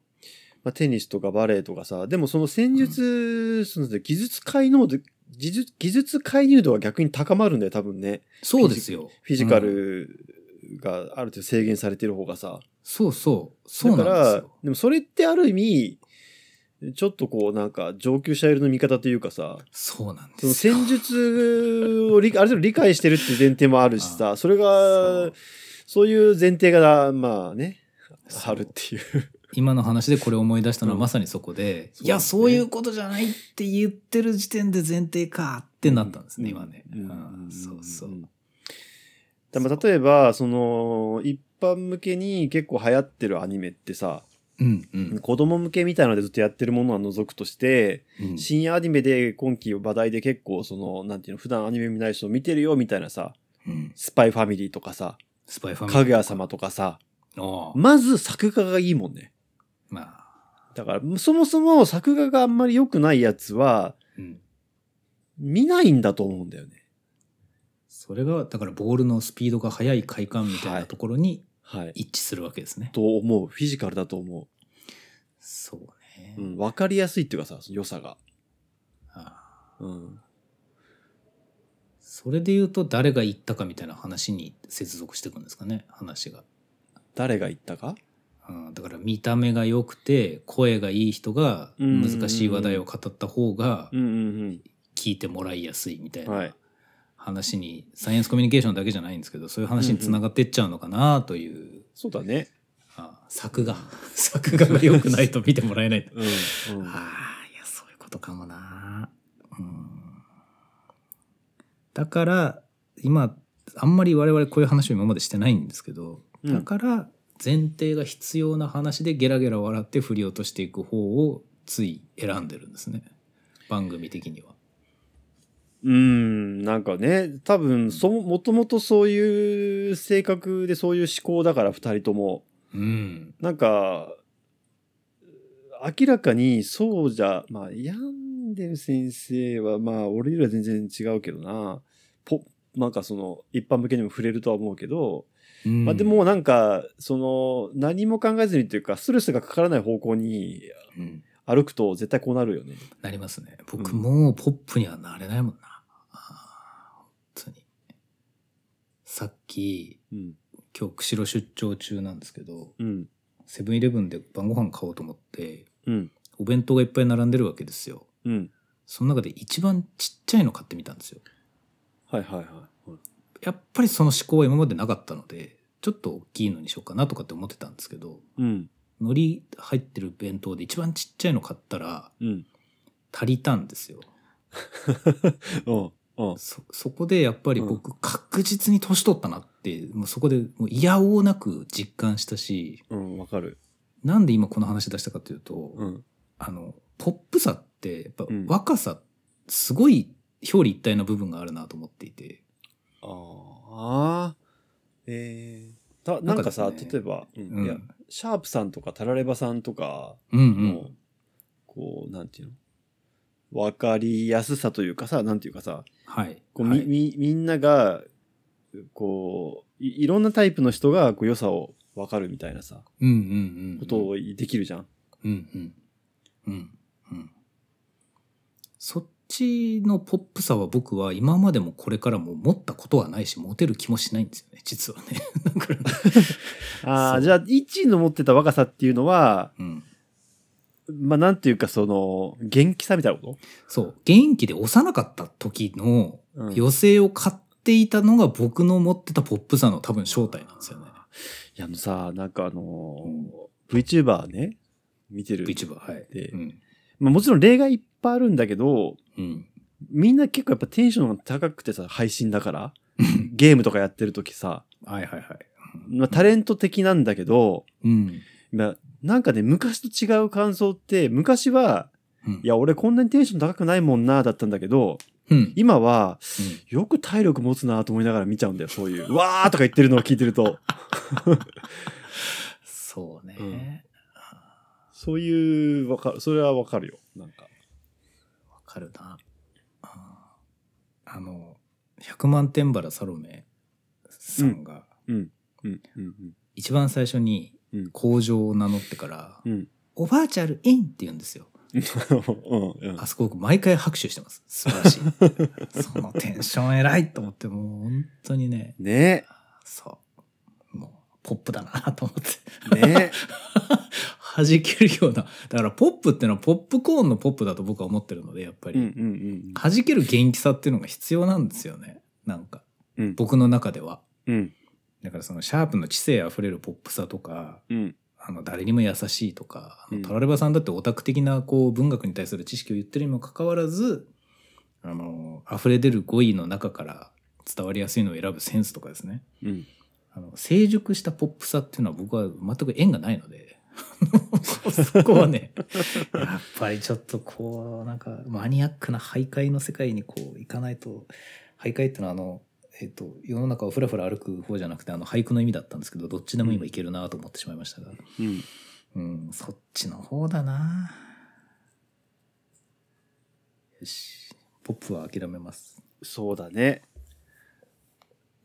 Speaker 1: まあ、テニスとかバレーとかさでもその戦術、その技術介入度技術技術介入度が逆に高まるんだよ多分ね
Speaker 2: そうですよ
Speaker 1: フィジカ
Speaker 2: うん
Speaker 1: ルがある程度制限されてる方がさ、
Speaker 2: そうそうそう
Speaker 1: だ
Speaker 2: なん
Speaker 1: か
Speaker 2: です
Speaker 1: ら
Speaker 2: よ、
Speaker 1: でもそれってある意味、ちょっとこうなんか上級者寄りの見方というかさ、
Speaker 2: そうなん
Speaker 1: そ
Speaker 2: で
Speaker 1: の
Speaker 2: すよ
Speaker 1: 戦術
Speaker 2: (laughs)
Speaker 1: を理ある程度理解してるっていう前提もあるしさ、それ
Speaker 2: そ
Speaker 1: が
Speaker 2: う、
Speaker 1: そういう前提が、まあね、
Speaker 2: そう
Speaker 1: あるっていう。
Speaker 2: 今の話でこれを思い出したの
Speaker 1: う
Speaker 2: は
Speaker 1: ん
Speaker 2: まさにそこで、
Speaker 1: そうですね
Speaker 2: いやそういうことじゃないって言ってる時点で前提かってなったんですね、今ね、
Speaker 1: うん
Speaker 2: うんそうそう、
Speaker 1: んでも例えば、その、一般向けに結構流行ってるアニメってさ、
Speaker 2: うんうん
Speaker 1: 子供向けみたいなのでずっとやってるものは除くとして、
Speaker 2: うん
Speaker 1: 深夜アニメで今期話題で結構その、なんていうの、普段アニメ見ない人見てるよみたいなさ、
Speaker 2: うん
Speaker 1: スパイファミリーとかさ、
Speaker 2: スパイファミリー
Speaker 1: かぐや様とかさ、
Speaker 2: ああ
Speaker 1: まず作画がいいもんね。
Speaker 2: まあ、
Speaker 1: だから、そもそも作画があんまり良くないやつは、
Speaker 2: うん、
Speaker 1: 見ないんだと思うんだよね。
Speaker 2: それがだからボールのスピードが速い快感みたい
Speaker 1: は
Speaker 2: ないところに
Speaker 1: はい。
Speaker 2: 一致するわけですね、
Speaker 1: と思う。フィジカルだと思
Speaker 2: そうね、
Speaker 1: う。うん。わかりやすいっていうかさ、その良さが。
Speaker 2: ああ
Speaker 1: うん。
Speaker 2: それで言うと誰が言ったかみたいな話に接続していくんですかね話が、
Speaker 1: 誰が言ったか
Speaker 2: うん、だから見た目が良くて声がいい人が
Speaker 1: うん
Speaker 2: 難しい話題を語った方が
Speaker 1: うんうん
Speaker 2: 聞いてもらいやすいみたい
Speaker 1: うん。は。
Speaker 2: ない話にサイエンスコミュニケーションだけじゃないんですけどそういう話につながってっちゃうのかなという、
Speaker 1: そうだね。
Speaker 2: あ作画 (laughs) 作画が良くないと見てもらえないと
Speaker 1: うん。うん、
Speaker 2: ああ、いや、そういうことかもな。うん。だから、今、あんまり我々こういう話を今までしてないんですけど、
Speaker 1: うん
Speaker 2: だから、前提が必要な話でゲラゲラ笑って振り落としていく方をつい選んでるんですね。番組的には。
Speaker 1: うん、なんかね、多分そ、もともとそういう性格でそういう思考だから、二人とも。
Speaker 2: うん。
Speaker 1: なんか、明らかにそうじゃ、まあ、ヤンデル先生は、まあ、俺よりは全然違うけどな、ぽ、なんかその、一般向けにも触れるとは思うけど、まあでもなんか、その、何も考えずにというか、ストレスがかからない方向に
Speaker 2: うん、うん、
Speaker 1: 歩くと絶対こうなるよね。
Speaker 2: なりますね。僕
Speaker 1: うん
Speaker 2: もうポップにはなれないもんな。あー本当に。さっき、
Speaker 1: うん。
Speaker 2: 今日釧路出張中なんですけど、
Speaker 1: うん。
Speaker 2: セブンイレブンで晩ご飯買おうと思って、
Speaker 1: うん。
Speaker 2: お弁当がいっぱい並んでるわけですよ。
Speaker 1: うん。
Speaker 2: その中で一番ちっちゃいの買ってみたんですよ。
Speaker 1: はいはいはい。
Speaker 2: やっぱりその思考は今までなかったので、ちょっと大きいのにしようかなとかって思ってたんですけど、
Speaker 1: うん。
Speaker 2: 海苔入ってる弁当で一番ちっちゃいの買ったら
Speaker 1: うん。
Speaker 2: 足りたんですよ。
Speaker 1: うん。うん。
Speaker 2: そ、そこでやっぱり僕確実に年取ったなって、もうそこでもういやおうなく実感したし、
Speaker 1: うん。わかる。
Speaker 2: なんで今この話出したかというと、
Speaker 1: うん。
Speaker 2: あの、ポップさって、やっぱ
Speaker 1: うん
Speaker 2: 若さ、すごい表裏一体な部分があるなと思っていて。
Speaker 1: ああ。えー。た、なんかさ、
Speaker 2: なんかね
Speaker 1: 例えば、うん
Speaker 2: うん。
Speaker 1: いや、シャープさんとかタラレバさんとか
Speaker 2: うんう
Speaker 1: の、
Speaker 2: ん。
Speaker 1: こう、なんていうのわかりやすさというかさ、なんていうかさ、
Speaker 2: はい。
Speaker 1: こう
Speaker 2: は
Speaker 1: み、
Speaker 2: い
Speaker 1: み、みんなが、こう、いいろんなタイプの人が、こう、良さを分かるみたいなさ、
Speaker 2: うんうんうん。
Speaker 1: ことをできるじゃん。
Speaker 2: うんうん。うんうん。そっちのポップさは僕は今までもこれからも持ったことはないし、持てる気もしないんですよね、実はね。だから、
Speaker 1: あ
Speaker 2: そ
Speaker 1: あ、
Speaker 2: う
Speaker 1: じゃあ、一位の持ってた若さっていうのは、
Speaker 2: うん。
Speaker 1: まあ、なんていうか、その、元気さみたいなこ
Speaker 2: そう。元気で幼かった時の
Speaker 1: と、うん、
Speaker 2: 余生を買っていたのが僕の持ってたポップさの多分正体なんですよね。
Speaker 1: いや、あのさ、なんかあのー VTuber ね、見てる。
Speaker 2: VTuber、はい。
Speaker 1: で
Speaker 2: うん。
Speaker 1: まあ、もちろん例外いっぱいあるんだけど、
Speaker 2: うん。
Speaker 1: みんな結構やっぱテンションが高くてさ、配信だから、ゲームとかやってる時さ、
Speaker 2: はいはいはい。
Speaker 1: まあ、タレント的なんだけど、
Speaker 2: うん。
Speaker 1: まあ、なんかね、昔と違う感想って、昔は、
Speaker 2: う
Speaker 1: い
Speaker 2: ん
Speaker 1: や、俺こんなにテンション高くないもんな、だったんだけど、
Speaker 2: うん。
Speaker 1: 今は、
Speaker 2: うん
Speaker 1: よく体力持つなと思いながら見ちゃうんだよ、そういう。うわーとか言ってるのを聞いてると。
Speaker 2: そうね。
Speaker 1: うんそういう、わかる、それはわかるよ。なんか。
Speaker 2: わかるな。あーあの、百万天原サロメさんが、
Speaker 1: うん。うん。うん。うん
Speaker 2: 一番最初に
Speaker 1: うん
Speaker 2: 工場を名乗ってから、
Speaker 1: うん。
Speaker 2: おばあちゃんインって言うんですよ。
Speaker 1: うん。うん
Speaker 2: あそこ僕毎回拍手してます。素晴らし (laughs) い。そのテンション偉いと思って、もう本当にね、
Speaker 1: ね
Speaker 2: そう。もう、ポップだなと思って。
Speaker 1: ね
Speaker 2: 弾けるような。だからポップってのはポップコーンのポップだと僕は思ってるので、やっ
Speaker 1: (laughs)
Speaker 2: ぱ
Speaker 1: う
Speaker 2: り。
Speaker 1: んうん
Speaker 2: 弾ける元気さっていうのが必要なんですよね。なんか、
Speaker 1: うん
Speaker 2: 僕の中では。
Speaker 1: うん。うん。
Speaker 2: だからそのシャープの知性あふれるポップさとか、
Speaker 1: うん。
Speaker 2: あの誰にも優しいとか、あ
Speaker 1: うん
Speaker 2: のタラレバさんだってオタク的なこう文学に対する知識を言ってるにもかかわらず、あの、溢れ出る語彙の中から伝わりやすいのを選ぶセンスとかですね。
Speaker 1: うん。 (laughs)
Speaker 2: あの成熟したポップさっていうのは僕は全く縁がないので、そこはね、やっぱりちょっとこう、なんかマニアックな徘徊の世界にこう、行かないと、徘徊ってのはあの、えっと、世の中をふらふら歩く方じゃなくて、あの、俳句の意味だったんですけど、どっちでも今いけるなと思ってしまいましたが、
Speaker 1: うん。
Speaker 2: うん、そっちの方だなよし、ポップは諦めます。
Speaker 1: そうだね。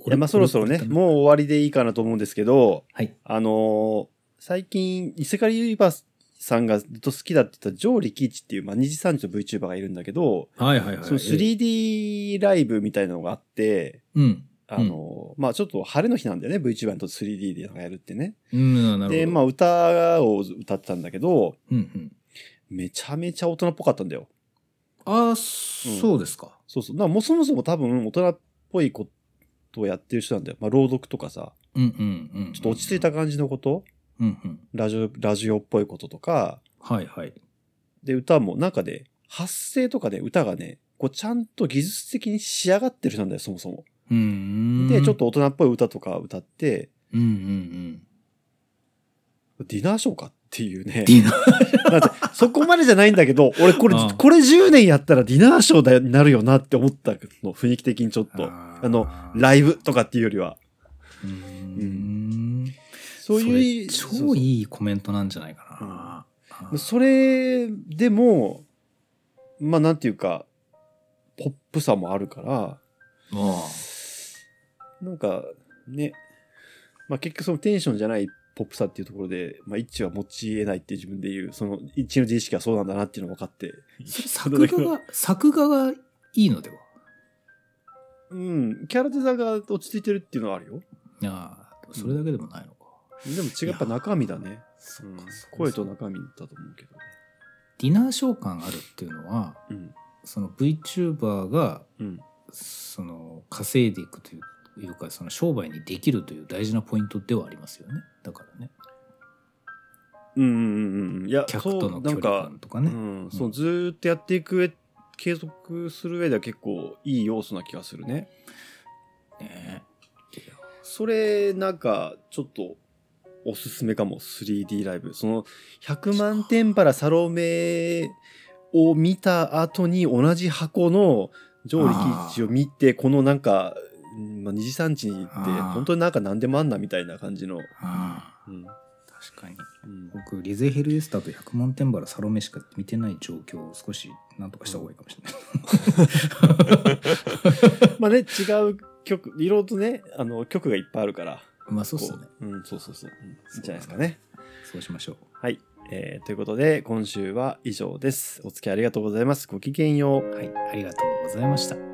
Speaker 1: いやまあそろそろね、もう終わりでいいかなと思うんですけど、
Speaker 2: はい。
Speaker 1: あのー最近、伊勢狩りユニバースさんがずっと好きだって言ったジョー・リキイチっていう、まあ、二次三次の VTuber がいるんだけど、
Speaker 2: はいはいはい。
Speaker 1: その 3D ライブみたいなのがあって、
Speaker 2: うん。
Speaker 1: あのーまあちょっと晴れの日なんだよね、VTuber にとって 3D でなんかやるってね。
Speaker 2: うん、なるほど。
Speaker 1: で、まあ歌を歌ってたんだけど、
Speaker 2: うんうん。
Speaker 1: めちゃめちゃ大人っぽかったんだよ。
Speaker 2: ああ、そうですか。
Speaker 1: そうそう。だからもうそもそも多分大人っぽいことをやってる人なんだよ。まあ朗読とかさ、
Speaker 2: うんうんうん。
Speaker 1: ちょっと落ち着いた感じのこと、
Speaker 2: うんうん。
Speaker 1: ラジオ、ラジオっぽいこととか、
Speaker 2: はいはい。
Speaker 1: で、歌も中で、発声とかで歌がね、こうちゃんと技術的に仕上がってる人なんだよ、そもそも。
Speaker 2: うーん。
Speaker 1: で、ちょっ。と大人っぽい歌とか歌って、
Speaker 2: うんうんうん。
Speaker 1: ディナーショーかっていうね。
Speaker 2: ディナー。
Speaker 1: だって (laughs) そこまでじゃないんだけど、俺これ、
Speaker 2: うん
Speaker 1: これ10年やったらディナーショーだよになるよなって思ったの、雰囲気的にちょっと。
Speaker 2: あ
Speaker 1: あの、ライブとかっていうよりは。
Speaker 2: うーん。
Speaker 1: そういう、
Speaker 2: そ
Speaker 1: そう
Speaker 2: れ超
Speaker 1: そう
Speaker 2: いいコメントなんじゃないかな。あー
Speaker 1: それでも、まあなんていうか、ポップさもあるから、
Speaker 2: あ
Speaker 1: なんかね、まあ、結局そのテンションじゃないポップさっていうところで、まあ、一致は持ち得ないって自分で言う、その一致の自意識はそうなんだなっていうのが分かって。
Speaker 2: ーそれ作画が、 (laughs) 作画がいいのでは
Speaker 1: うん、キャラデザが落ち着いてるっていうのはあるよ。
Speaker 2: ああ、でもそれだけでもないのか。
Speaker 1: でも違う、やっぱ中身だね。
Speaker 2: そ
Speaker 1: うん
Speaker 2: っかそっか
Speaker 1: 声と中身だと思うけどね。
Speaker 2: ディナー召喚あるっていうのは、
Speaker 1: うん。
Speaker 2: その VTuber が
Speaker 1: うん。
Speaker 2: その稼いでいくといういうかその商売にできるという大事なポイントではありますよねだからね
Speaker 1: うんうんうんうん。いや、
Speaker 2: 客との
Speaker 1: そうな
Speaker 2: 距
Speaker 1: ん
Speaker 2: 離
Speaker 1: か、
Speaker 2: 感とか
Speaker 1: う
Speaker 2: ね
Speaker 1: ん、そうずーっとやっていく上、継続する上では結構いい要素な気がするね。
Speaker 2: ね
Speaker 1: それなんかちょっとおすすめかも 3D ライブその100万点パラサロメを見た後に同じ箱の上力一を見てこのなんか、まあ、二次産地に行って
Speaker 2: あー
Speaker 1: 本当になんか何でもあんなみたいな感じの、
Speaker 2: あ
Speaker 1: うん
Speaker 2: あ確かに
Speaker 1: うん
Speaker 2: 僕リゼヘルエスターと100万点原サロメしか見てない状況を少しなんとかした方がいいかもしれない、
Speaker 1: (laughs) まあね違う曲いろいろとねあの曲がいっぱいあるから
Speaker 2: まあそうっすね
Speaker 1: こううん、そうそうそう、うん、いいんじゃないですかね
Speaker 2: そうしましょう
Speaker 1: はい、えーということで今週は以上ですお付き合いありがとうございますごきげんよう
Speaker 2: はいありがとうございました